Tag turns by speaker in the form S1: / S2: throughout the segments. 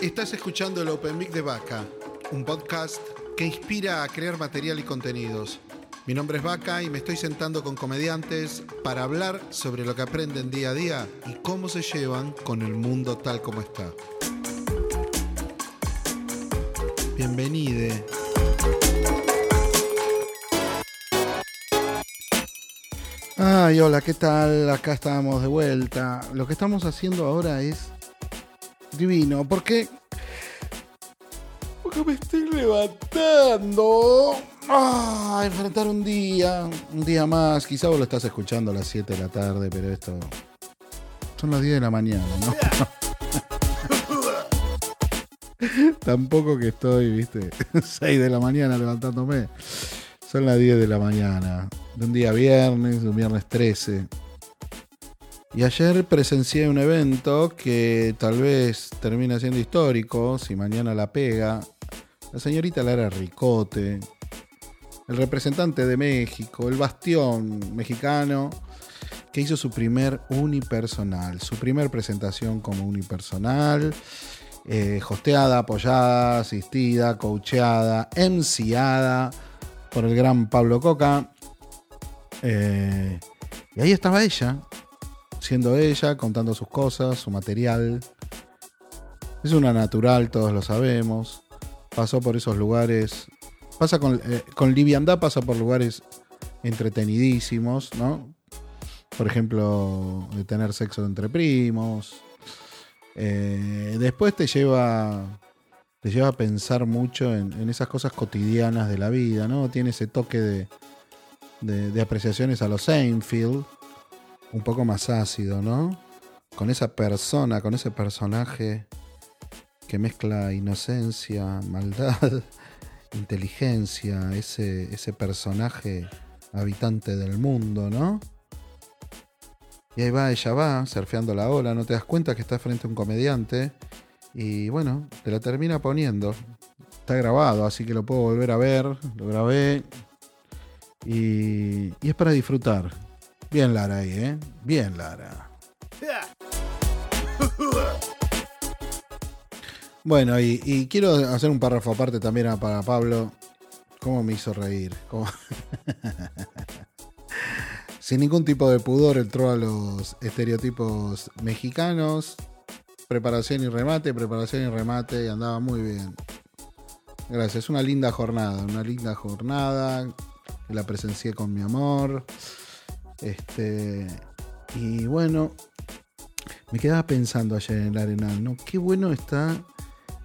S1: Estás escuchando el Open Mic de Vaca, un podcast que inspira a crear material y contenidos. Mi nombre es Vaca y me estoy sentando con comediantes para hablar sobre lo que aprenden día a día y cómo se llevan con el mundo tal como está. Bienvenide. Ay, hola, ¿qué tal? Acá estamos de vuelta. Lo que estamos haciendo ahora es divino, porque porque me estoy levantando a enfrentar un día, un día más. Quizá vos lo estás escuchando a las 7 de la tarde, pero esto son las 10 de la mañana, ¿no? Tampoco que estoy, viste, 6 de la mañana levantándome. Son las 10 de la mañana. De un día viernes, de un viernes 13. Y ayer presencié un evento que tal vez termina siendo histórico, si mañana la pega. La señorita Lara Ricote, el representante de México, el bastión mexicano, que hizo su primer unipersonal, su primer presentación como unipersonal, eh, hosteada, apoyada, asistida, coacheada, enciada por el gran Pablo Coca. Eh, y ahí estaba ella, siendo ella, contando sus cosas, su material. Es una natural, todos lo sabemos. Pasó por esos lugares. Pasa con, eh, con liviandad, pasa por lugares entretenidísimos, ¿no? Por ejemplo, de tener sexo entre primos. Eh, después te lleva. Te lleva a pensar mucho en, en esas cosas cotidianas de la vida, ¿no? Tiene ese toque de, de, de apreciaciones a los Seinfeld un poco más ácido, ¿no? Con esa persona, con ese personaje que mezcla inocencia, maldad, inteligencia, ese, ese personaje habitante del mundo, ¿no? Y ahí va, ella va, surfeando la ola, no te das cuenta que está frente a un comediante y bueno, te la termina poniendo. Está grabado, así que lo puedo volver a ver, lo grabé y, y es para disfrutar. Bien Lara ahí, ¿eh? Bien Lara. Bueno, y, y quiero hacer un párrafo aparte también a- para Pablo. ¿Cómo me hizo reír? ¿Cómo? Sin ningún tipo de pudor entró a los estereotipos mexicanos. Preparación y remate, preparación y remate, y andaba muy bien. Gracias, una linda jornada, una linda jornada. que La presencié con mi amor. Este, y bueno, me quedaba pensando ayer en el Arenal, ¿no? Qué bueno está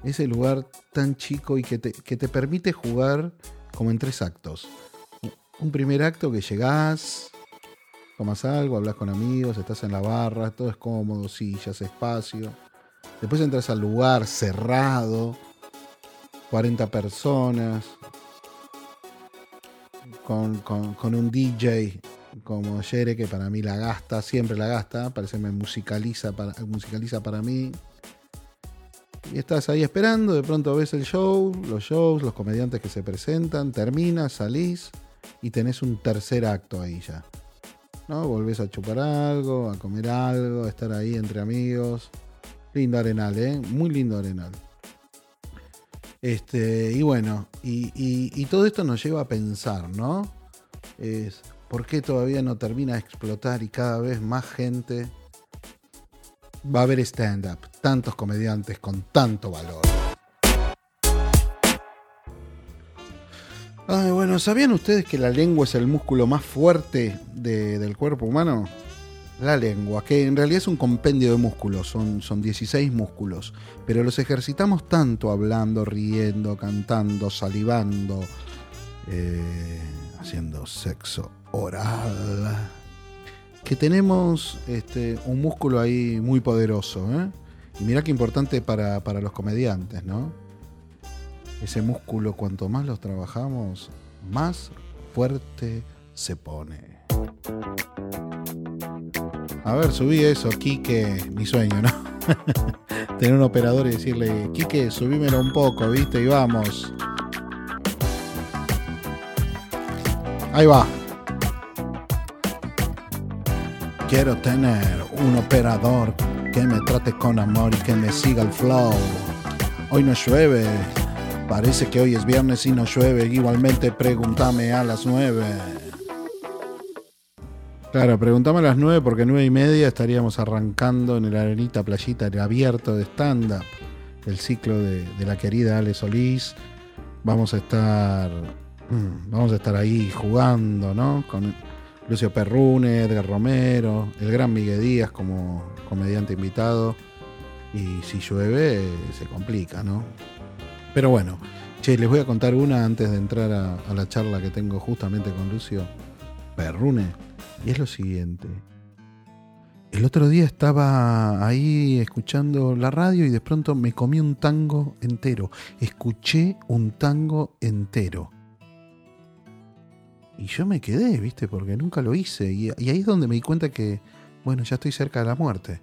S1: ese lugar tan chico y que te, que te permite jugar como en tres actos. Un primer acto que llegás, tomas algo, hablas con amigos, estás en la barra, todo es cómodo, sillas, espacio. Después entras al lugar cerrado, 40 personas, con, con- con un DJ como Jere, que para mí la gasta, siempre la gasta, parece que me musicaliza para, musicaliza para mí. Y estás ahí esperando, de pronto ves el show, los shows, los comediantes que se presentan, terminas, salís y tenés un tercer acto ahí ya. ¿No? Volvés a chupar algo, a comer algo, a estar ahí entre amigos. Lindo arenal, ¿eh? Muy lindo arenal. Este, y bueno, y, y- y todo esto nos lleva a pensar, ¿no? Es, ¿Por qué todavía no termina de explotar y cada vez más gente va a ver stand-up? Tantos comediantes con tanto valor. Ay, bueno, ¿sabían ustedes que la lengua es el músculo más fuerte de- del cuerpo humano? La lengua, que en realidad es un compendio de músculos, son, son 16 músculos, pero los ejercitamos tanto hablando, riendo, cantando, salivando, eh, haciendo sexo oral, que tenemos este, un músculo ahí muy poderoso. ¿eh? Y mirá qué importante para, para los comediantes, ¿no? Ese músculo, cuanto más los trabajamos, más fuerte se pone. A ver, subí eso, Quique, mi sueño, ¿no? Tener un operador y decirle, Quique, subímelo un poco, ¿viste? Y vamos. Ahí va. Quiero tener un operador que me trate con amor y que me siga el flow. Hoy no llueve. Parece que hoy es viernes y no llueve. Igualmente, pregúntame a las 9. Claro, pregúntame a las 9 porque nueve y media estaríamos arrancando en el Arenita Playita, el abierto de stand-up, el ciclo de, de la querida Ale Solís. Vamos a estar. mm, Vamos a estar ahí jugando, ¿no? Con Lucio Perrune, Edgar Romero, el gran Miguel Díaz como comediante invitado. Y si llueve, se complica, ¿no? Pero bueno, che, les voy a contar una antes de entrar a, a la charla que tengo justamente con Lucio Perrune. Y es lo siguiente. El otro día estaba ahí escuchando la radio y de pronto me comí un tango entero. Escuché un tango entero. Y yo me quedé, ¿viste? Porque nunca lo hice. Y, y ahí es donde me di cuenta que, bueno, ya estoy cerca de la muerte.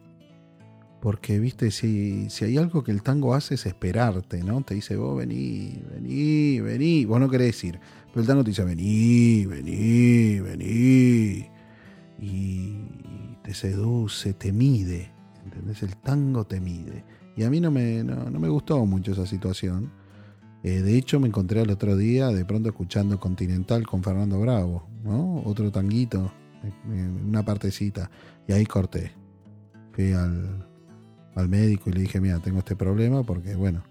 S1: Porque, viste, si, si hay algo que el tango hace es esperarte, ¿no? Te dice, vos vení, vení, vení. Vos no querés ir. Pero el tango te dice, vení, vení, vení. Y te seduce, te mide. ¿Entendés? El tango te mide. Y a mí no me, no, no me gustó mucho esa situación. Eh, de hecho, me encontré el otro día, de pronto escuchando Continental con Fernando Bravo, ¿no? Otro tanguito, eh, eh, una partecita. Y ahí corté. Fui al, al médico y le dije, mira, tengo este problema porque, bueno,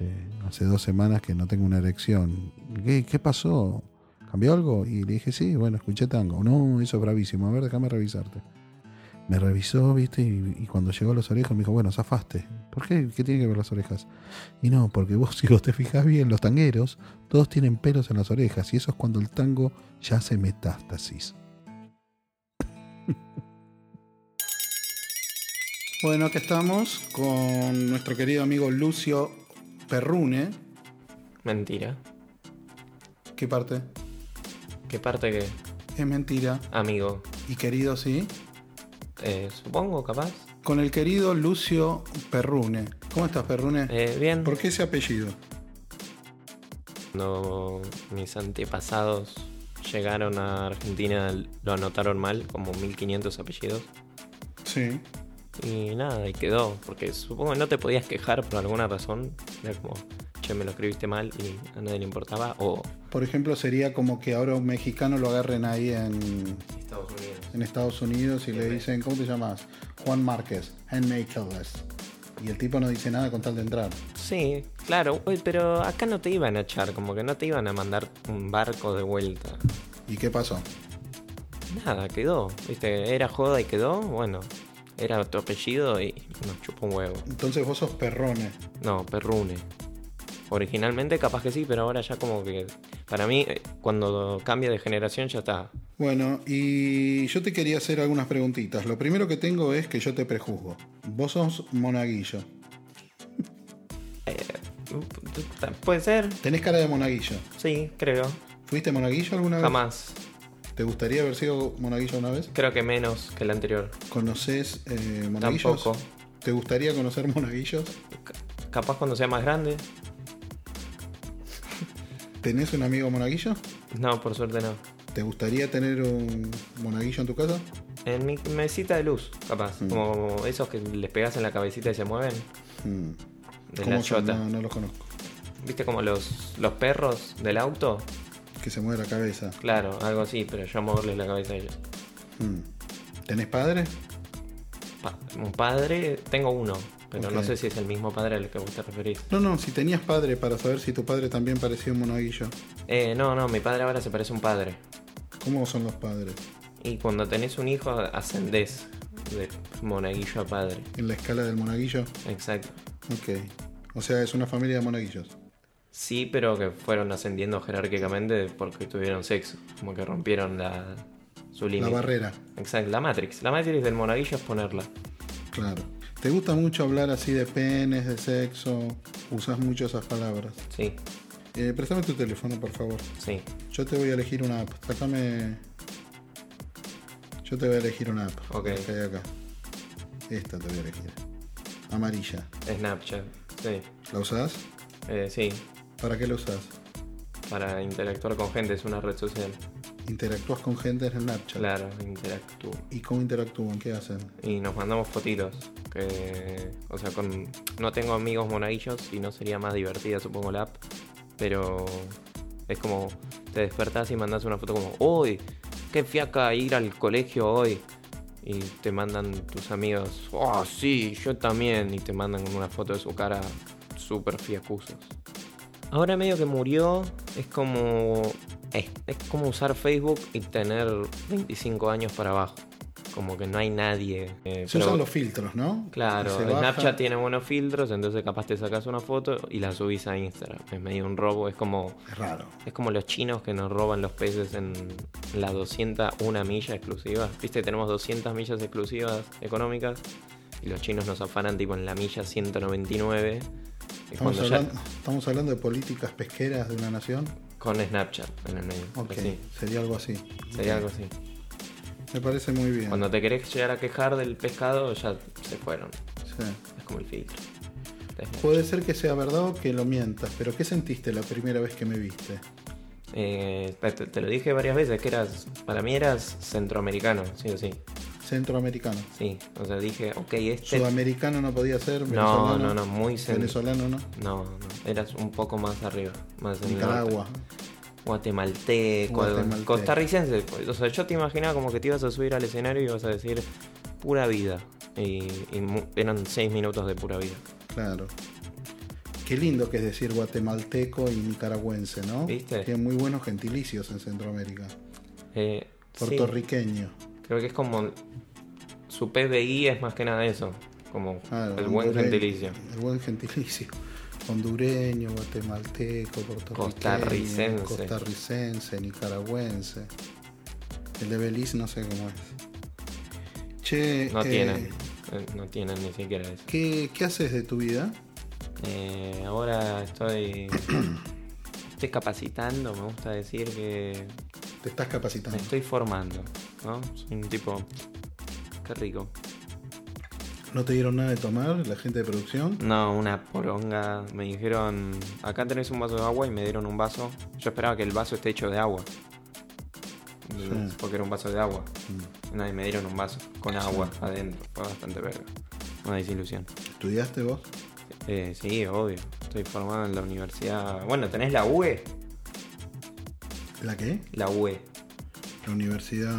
S1: eh, hace dos semanas que no tengo una erección. ¿Qué, qué pasó? ¿Cambió algo? Y le dije, sí, bueno, escuché tango. No, eso es bravísimo. A ver, déjame revisarte. Me revisó, viste, y, y cuando llegó a las orejas me dijo, bueno, zafaste. ¿Por qué? ¿Qué tiene que ver las orejas? Y no, porque vos, si vos te fijas bien, los tangueros, todos tienen pelos en las orejas, y eso es cuando el tango ya hace metástasis. Bueno, acá estamos con nuestro querido amigo Lucio Perrune.
S2: Mentira.
S1: ¿Qué parte?
S2: ¿Qué parte que,
S1: Es mentira.
S2: amigo?
S1: Y querido, sí.
S2: Eh, supongo, capaz.
S1: Con el querido Lucio Perrune. ¿Cómo estás, Perrune?
S2: Eh, bien.
S1: ¿Por qué ese apellido?
S2: Cuando mis antepasados llegaron a Argentina lo anotaron mal, como 1500 apellidos.
S1: Sí.
S2: Y nada, y quedó. Porque supongo que no te podías quejar por alguna razón. Era como, che, me lo escribiste mal y a nadie le importaba. O
S1: Por ejemplo, sería como que ahora un mexicano lo agarren ahí en,
S2: Estados Unidos.
S1: en Estados Unidos y le dicen, ¿cómo te llamas? Juan Márquez, Henry Kellis. Y el tipo no dice nada con tal de entrar.
S2: Sí, claro. Uy, pero acá no te iban a echar, como que no te iban a mandar un barco de vuelta.
S1: ¿Y qué pasó?
S2: Nada, quedó. Viste, era joda y quedó. Bueno, era tu apellido y nos chupó un huevo.
S1: Entonces vos sos Perrone.
S2: No, Perrune. Originalmente capaz que sí, pero ahora ya como que... Para mí, eh, cuando cambia de generación ya está.
S1: Bueno, y yo te quería hacer algunas preguntitas. Lo primero que tengo es que yo te prejuzgo. Vos sos monaguillo.
S2: Puede ser.
S1: Tenés cara de monaguillo.
S2: Sí, creo.
S1: ¿Fuiste monaguillo alguna vez?
S2: Jamás.
S1: ¿Te gustaría haber sido monaguillo una vez?
S2: Creo que menos que el anterior.
S1: ¿Conoces eh, monaguillos?
S2: Tampoco.
S1: ¿Te gustaría conocer monaguillos?
S2: Ca- capaz cuando sea más grande.
S1: ¿Tenés un amigo monaguillo?
S2: No, por suerte no.
S1: ¿Te gustaría tener un monaguillo en tu casa?
S2: En mi mesita de luz, capaz.
S1: Mm.
S2: Como esos que les pegas en la cabecita y se mueven.
S1: Hmm.
S2: De
S1: ¿Cómo
S2: la
S1: son?
S2: chota.
S1: No, no los conozco.
S2: ¿Viste como los, los perros del auto?
S1: Que se mueve la cabeza.
S2: Claro, algo así, pero yo moverles la cabeza a ellos.
S1: Hmm. ¿Tenés padre?
S2: Pa- un padre, tengo uno, pero no
S1: Ok.
S2: sé si es el mismo padre al que vos te referís.
S1: No, no, si tenías padre para saber si tu padre también parecía un monaguillo.
S2: Eh, no, no, mi padre ahora se parece a un padre.
S1: ¿Cómo son los padres?
S2: Y cuando tenés un hijo, ascendés de monaguillo a padre.
S1: ¿En la escala del monaguillo?
S2: Exacto.
S1: Ok. O sea, es una familia de monaguillos.
S2: Sí, pero que fueron ascendiendo jerárquicamente porque tuvieron sexo. Como que rompieron la, su
S1: La
S2: límite.
S1: barrera,
S2: Exacto, la Matrix. La Matrix del monaguillo es ponerla.
S1: claro. ¿Te gusta mucho hablar así de penes, de sexo? Usas mucho esas palabras.
S2: Sí,
S1: Eh, préstame tu teléfono, por favor.
S2: sí.
S1: Yo te voy a elegir una app. Sácame. Yo te voy a elegir una app.
S2: Ok.
S1: La que hay acá. Esta te voy a elegir. Amarilla.
S2: Snapchat. Sí.
S1: ¿La usás?
S2: Eh, sí,
S1: ¿Para qué la usás?
S2: para interactuar con gente es una red social.
S1: Interactúas con gente en Snapchat.
S2: Claro, interactúo.
S1: ¿Y cómo interactúan? ¿Qué hacen?
S2: Y nos mandamos fotitos. que, o sea, con, no tengo amigos monaguillos y no sería más divertida, supongo, la app, pero es como, te despertás y mandás una foto como, uy, qué fiaca ir al colegio hoy. Y te mandan tus amigos, oh, sí, yo también. Y te mandan una foto de su cara súper fiacusos. Ahora medio que murió, es como, es, es como usar Facebook y tener 25 años para abajo. Como que no hay nadie. eh,
S1: Se
S2: pero-
S1: usan los filtros, ¿no?
S2: Claro,
S1: Se baja.
S2: Snapchat tiene buenos filtros, entonces capaz te sacas una foto y la subís a Instagram. Es medio un robo, es como,
S1: Es raro.
S2: es como los chinos que nos roban los peces en la 201 milla exclusiva. Viste, tenemos 200 millas exclusivas económicas y los chinos nos afanan tipo en la milla 199. Y
S1: Estamos
S2: cuando ya-
S1: hablando, estamos hablando de políticas pesqueras de una nación.
S2: con Snapchat en el medio.
S1: Ok,
S2: así.
S1: sería algo así.
S2: Sería algo así.
S1: Me parece muy bien.
S2: Cuando te querés llegar a quejar del pescado, ya se fueron.
S1: Sí.
S2: Es como el filtro. Entonces,
S1: Puede ser que sea verdad o que lo mientas, pero ¿qué sentiste la primera vez que me viste?
S2: Eh, te, te lo dije varias veces que eras, para mí eras centroamericano, sí o sí.
S1: Centroamericano.
S2: Sí, o sea, dije, ok, este...
S1: Sudamericano no podía ser, venezolano.
S2: Eh. no, no, no, muy centroamericano.
S1: Venezolano no.
S2: No, no, eras un poco más arriba, más en
S1: Nicaragua.
S2: Guatemalteco,
S1: Guatemalteco.
S2: costarricense. pues, O sea, yo te imaginaba como que te ibas a subir al escenario y ibas a decir pura vida. Y, y mu- eran seis minutos de pura vida.
S1: Claro. Qué lindo que es decir guatemalteco y nicaragüense, ¿no?
S2: ¿Viste?
S1: Tienen muy buenos gentilicios en Centroamérica.
S2: Eh, sí,
S1: Puertorriqueño.
S2: creo que es como su PBI es más que nada eso, como
S1: Claro,
S2: el buen
S1: hondureño.
S2: gentilicio.
S1: El buen gentilicio. Hondureño, guatemalteco, puertorriqueño,
S2: Costarricense.
S1: costarricense, nicaragüense. El de Belice no sé cómo es. Che,
S2: No
S1: eh,
S2: tienen. eh, No tienen ni siquiera eso.
S1: ¿qué, qué haces de tu vida?
S2: Eh, ahora estoy. estoy capacitando, me gusta decir que.
S1: Te estás
S2: Me
S1: capacitando.
S2: estoy formando, ¿no? Soy un tipo. Qué rico.
S1: ¿No te dieron nada de tomar la gente de producción?
S2: No, una poronga. Me dijeron. Acá tenés un vaso de agua y me dieron un vaso. Yo esperaba que el vaso esté hecho de agua. ¿Entendés?
S1: Sí.
S2: Porque era un vaso de agua.
S1: Mm.
S2: No, y me dieron un vaso con agua adentro. Fue bastante verga. Una desilusión.
S1: ¿Estudiaste vos?
S2: Eh, sí, obvio. Estoy formado en la universidad. Bueno, tenés la UE.
S1: ¿La qué?
S2: La UE.
S1: ¿La universidad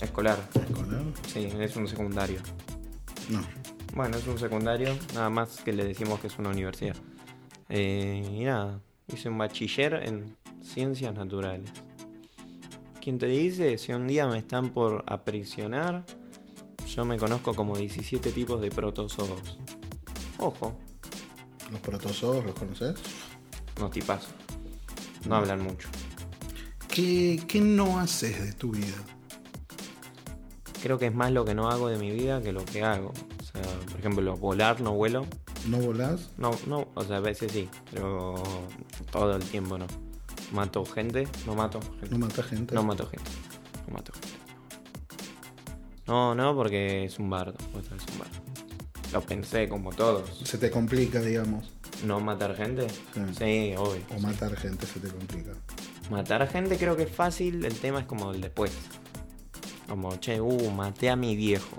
S2: Escolar.
S1: escolar?
S2: Sí, es un secundario.
S1: No.
S2: Bueno, es un secundario. Nada más que le decimos que es una universidad. Eh, y nada. Hice un bachiller en ciencias naturales. Quien te dice? Si un día me están por aprisionar, yo me conozco como 17 tipos de protozoos. Ojo,
S1: ¿Los protozoos los conoces?
S2: no tipazos. No hablan mucho.
S1: ¿Qué, ¿Qué no haces de tu vida?
S2: Creo que es más lo que no hago de mi vida que lo que hago. O sea, por ejemplo, volar no vuelo.
S1: ¿No volás?
S2: No, no, o sea, a veces sí, pero todo el tiempo no. Mato gente, no mato gente.
S1: ¿No matas gente?
S2: No mato gente. No mato gente. No, no, porque es un bardo. otra vez es un bardo. Lo pensé como todos.
S1: se te complica, digamos.
S2: ¿No matar gente?
S1: Sí.
S2: Sí, obvio.
S1: O matar gente se te complica.
S2: Matar gente creo que es fácil, el tema es como el después. Como, che, uh, maté a mi viejo.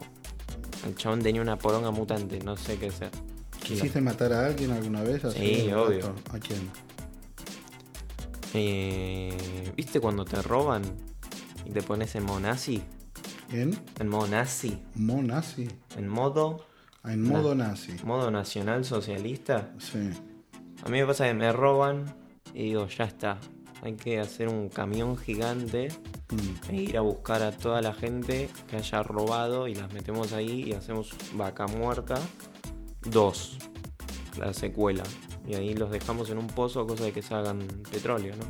S2: El chabón tenía una poronga mutante, no sé qué ser.
S1: ¿Quisiste matar a alguien alguna vez?
S2: Sí,
S1: un
S2: obvio.
S1: rato? ¿A quién?
S2: Eh, ¿Viste cuando te roban y te pones en modo nazi?
S1: ¿En?
S2: En modo nazi.
S1: Mo nazi.
S2: En modo,
S1: Ah, En modo nazi.
S2: modo nacional socialista.
S1: Sí.
S2: A mí me pasa que me roban y digo, ya está. Hay que hacer un camión gigante
S1: Mm.
S2: e ir a buscar a toda la gente que haya robado y las metemos ahí y hacemos vaca muerta 2, la secuela. Y ahí los dejamos en un pozo, cosa de que salgan petróleo, ¿no?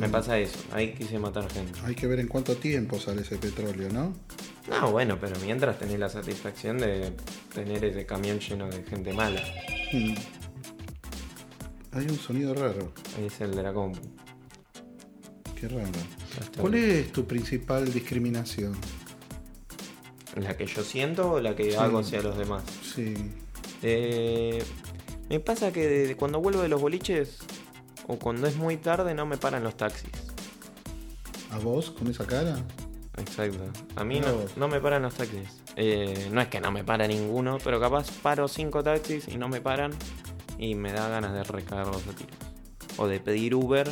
S2: Me
S1: Mm.
S2: pasa eso, ahí quise matar gente.
S1: Hay que ver en cuánto tiempo sale ese petróleo, ¿no?
S2: No, bueno, pero mientras tenés la satisfacción de tener ese camión lleno de gente mala.
S1: Mm. Hay un sonido raro.
S2: Ahí es el de la compu.
S1: Qué raro.
S2: Ya está.
S1: ¿Cuál es tu principal discriminación?
S2: ¿La que yo siento o la que
S1: Sí.
S2: hago hacia los demás?
S1: Sí.
S2: Eh, me pasa que de- cuando vuelvo de los boliches o cuando es muy tarde no me paran los taxis.
S1: ¿A vos con esa cara?
S2: Exacto. A mí
S1: Mirá
S2: no,
S1: vos.
S2: no me paran los taxis. Eh, no es que no me para ninguno, pero capaz paro cinco taxis y no me paran y me da ganas de recagarlos a tiros. O de pedir Uber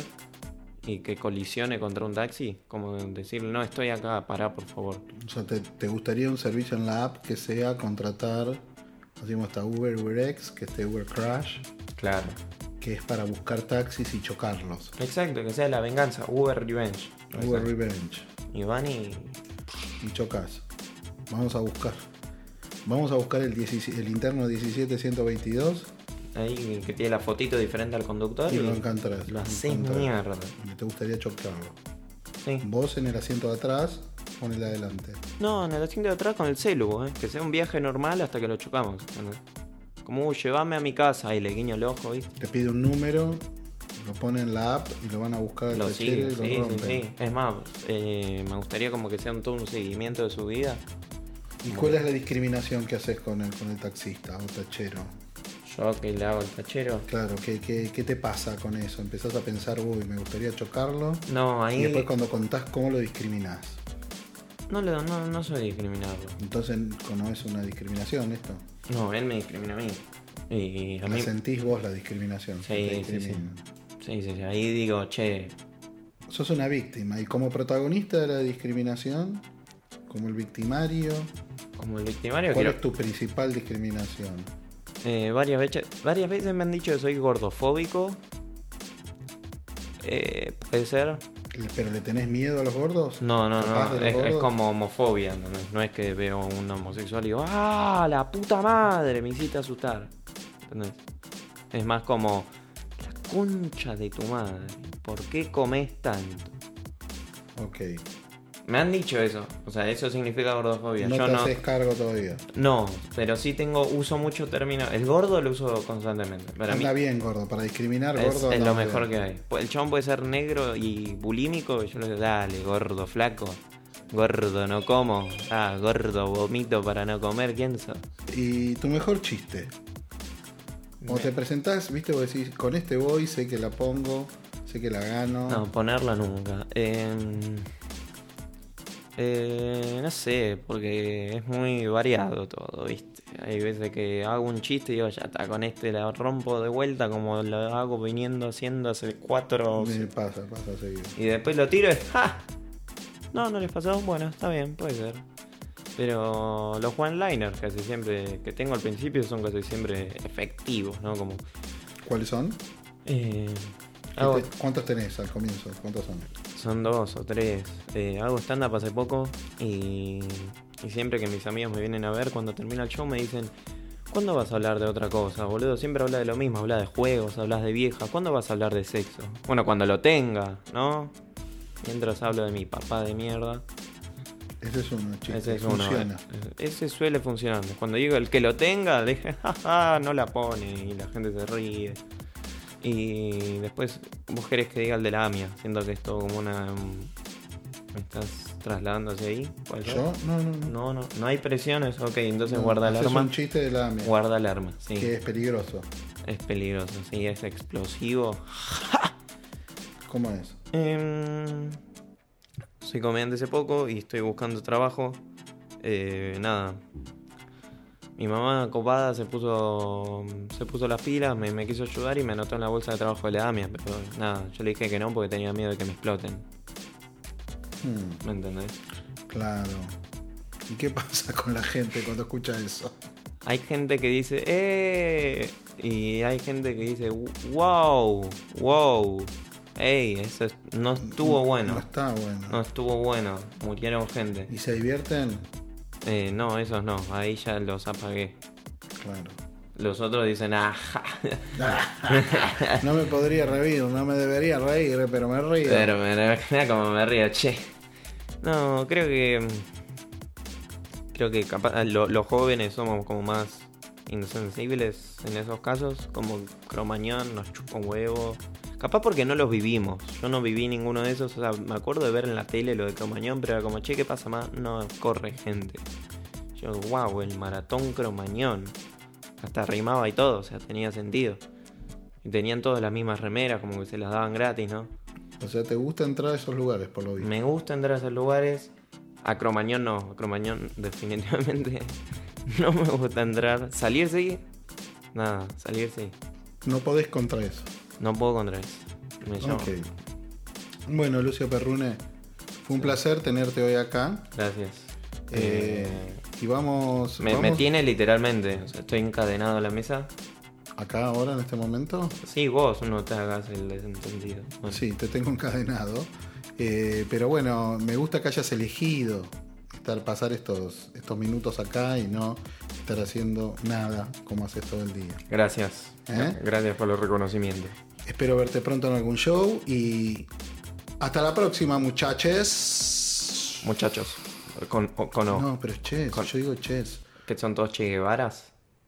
S2: y que colisione contra un taxi. Como decir, no estoy acá, pará por favor.
S1: O sea, ¿te, te gustaría un servicio en la app que sea contratar, hacemos hasta Uber, UberX, que esté Uber Crash,
S2: Claro.
S1: que es para buscar taxis y chocarlos?
S2: Exacto, que sea la venganza. Uber Revenge.
S1: Uber
S2: Exacto.
S1: Revenge.
S2: Y van y.
S1: Y chocas. Vamos a buscar. Vamos a buscar el, 17 el interno 17122
S2: Ahí que tiene la fotito diferente al conductor
S1: y
S2: y,
S1: lo encontrás.
S2: lo haces
S1: encontrás. Mm.
S2: mierda.
S1: Y te gustaría chocarlo.
S2: Sí.
S1: Vos en el asiento de atrás, con el de adelante.
S2: No, en el asiento de atrás con el celu, ¿eh? que sea un viaje normal hasta que lo chocamos. ¿entendés? Como, "Uh, llévame a mi casa y le guiño el ojo, ¿viste?
S1: Te pide un número, lo pone en la app y lo van a buscar al
S2: Lo
S1: tachero
S2: sigue,
S1: y lo
S2: sí, sí,
S1: rompen.
S2: sí. Es más, eh, me gustaría como que sea un, todo un seguimiento de su vida.
S1: ¿Y cuál es la discriminación que haces con el, con el taxista o tachero?
S2: Yo que le hago el tachero.
S1: Claro, ¿qué, qué, qué te pasa con eso? Empezás a pensar, uy, me gustaría chocarlo.
S2: No, ahí
S1: Y después cuando contás cómo lo discriminás.
S2: no, lo- no, no soy discriminado.
S1: Entonces, ¿no es una discriminación esto?
S2: No, él me discrimina a mí. Y a
S1: La
S2: mí...
S1: sentís vos la discriminación.
S2: Sí,
S1: te
S2: sí, sí.
S1: discriminan.
S2: Sí, sí, sí, ahí digo, che,
S1: Sos una víctima y como protagonista de la discriminación, como el victimario,
S2: como el victimario
S1: ¿cuál
S2: quiero...
S1: es tu principal discriminación?
S2: Eh, varias veces, varias veces me han dicho que soy gordofóbico. Eh, puede ser.
S1: ¿Pero le tenés miedo a los gordos?
S2: No, no,
S1: ¿Capaz
S2: no.
S1: de los
S2: Es, es
S1: gordos?
S2: como homofobia. No, No- no es que veo a un homosexual y digo, ¡ah! ¡La puta madre! Me hiciste asustar. ¿Entendés? Es más como, ¡la concha de tu madre! ¿Por qué comes tanto?
S1: Ok.
S2: Me han dicho eso. O sea, eso significa gordofobia.
S1: No
S2: Yo
S1: te
S2: no.
S1: haces cargo todavía.
S2: No, pero sí tengo, uso mucho término. El gordo lo uso constantemente. Para mí
S1: Anda bien, gordo. Para discriminar,
S2: Es,
S1: gordo.
S2: es
S1: anda
S2: lo
S1: muy
S2: mejor
S1: bien.
S2: que hay. Pu- El chabón puede ser negro y bulímico. y Yo le digo, dale, gordo, flaco. Gordo, no como. Ah, gordo, vomito para no comer. ¿Quién sos?
S1: Y tu mejor chiste. Cuando te presentás, viste, vos decís, con este voy, sé que la pongo, sé que la gano.
S2: No, ponerlo nunca. Eh, eh, no sé, porque es muy variado todo, ¿viste? Hay veces que hago un chiste y digo, ya está, con este la rompo de vuelta como lo hago viniendo haciendo hace cuatro o
S1: Me pasa, pasa seguido.
S2: Y después lo tiro y ¡ja! No, no les pasó. Bueno, está bien, puede ser. Pero los one-liners casi siempre que tengo al principio son casi siempre efectivos, ¿no? Como.
S1: ¿Cuáles son?
S2: eh, hago-
S1: ¿Qué te- ¿Cuántos tenés al comienzo? ¿Cuántos son?
S2: son dos o tres. Eh, hago stand-up hace poco y, y siempre que mis amigos me vienen a ver cuando termina el show me dicen. ¿Cuándo vas a hablar de otra cosa, boludo? Siempre hablas de lo mismo, hablas de juegos, hablas de viejas. ¿Cuándo vas a hablar de sexo? Bueno, cuando lo tenga, ¿no? Mientras hablo de mi papá de mierda.
S1: Ese es uno, chiste.
S2: Ese es uno.
S1: Funciona.
S2: eh. Ese suele funcionar. Cuando digo el que lo tenga, le dije, jaja, no la pone. Y la gente se ríe. Y después vos querés que diga el de la AMIA. Siento que es todo como una. mm, Me estás trasladando hacia ahí. ¿Puede ser?
S1: ¿Yo? No, no, no.
S2: No, no, no hay presiones. Ok, entonces
S1: No,
S2: guarda el
S1: haces
S2: arma.
S1: un chiste de la AMIA,
S2: Guarda el arma, sí.
S1: que es peligroso.
S2: Es peligroso, sí, es explosivo.
S1: ¿Cómo es?
S2: Em, soy comediante hace poco y estoy buscando trabajo. Eh, nada. Mi mamá copada se puso se puso las pilas, me, me quiso ayudar y me anotó en la bolsa de trabajo de la AMIA, pero nada, yo le dije que no porque tenía miedo de que me exploten.
S1: Hmm,
S2: ¿Me entendés?
S1: claro. ¿Y qué pasa con la gente cuando escucha eso?
S2: Hay gente que dice, ¡eh! Y hay gente que dice, ¡wow! ¡wow! ¡Ey! Eso es- no estuvo
S1: Mm, No
S2: bueno.
S1: está bueno.
S2: No estuvo bueno. Murieron gente.
S1: ¿Y se divierten?
S2: Eh, no, esos no, ahí ya los apagué.
S1: Claro.
S2: Los otros dicen, ajá,
S1: No me podría reír, no me debería reír, pero me río.
S2: pero me, mira como me río, che. No, creo que... mm, Creo que capaz, ah, lo- los jóvenes somos como más insensibles en esos casos, como cromañón, nos chupa un huevo. Capaz porque no los vivimos, yo no viví ninguno de esos, o sea, me acuerdo de ver en la tele lo de cromañón, pero era como, che, ¿qué pasa más? No, corre gente. Yo, wow, el maratón cromañón. Hasta rimaba y todo, o sea, tenía sentido. Y tenían todas las mismas remeras, como que se las daban gratis, ¿no?
S1: O sea, te gusta entrar a esos lugares, por lo visto.
S2: Me gusta entrar a esos lugares. A Cromañón no, a Cromañón definitivamente no me gusta entrar. Salir sí, nada, salir sí.
S1: No podés contra eso.
S2: No puedo contra eso. Me llamo.
S1: Ok. Bueno, Lucio Perrune, fue un placer tenerte hoy acá.
S2: Gracias.
S1: Eh, y vamos,
S2: me,
S1: vamos
S2: me tiene literalmente, o sea, estoy encadenado a la mesa.
S1: acá ahora en este momento.
S2: Sí, vos no te hagas el desentendido. Bueno,
S1: Sí, te tengo encadenado. Eh, pero bueno, me gusta que hayas elegido estar pasar estos, estos minutos acá y no estar haciendo nada como haces todo el día.
S2: Gracias.
S1: ¿Eh?
S2: Gracias por los reconocimientos.
S1: Espero verte pronto en algún show y hasta la próxima, muchaches.
S2: Muchachos, con, o- con O,
S1: No, pero es chess,
S2: Con-
S1: yo digo chess.
S2: que son todos Che Guevaras.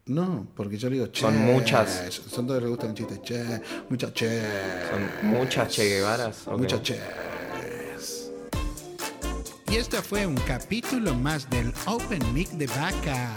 S1: No, porque yo le digo chess.
S2: Son muchas.
S1: Son todos los que gustan el chiste. Chess, muchas chess.
S2: Son muchas Che Guevaras. ok.
S1: Muchachas.
S3: Y este fue un capítulo más del Open Mic de Vaca.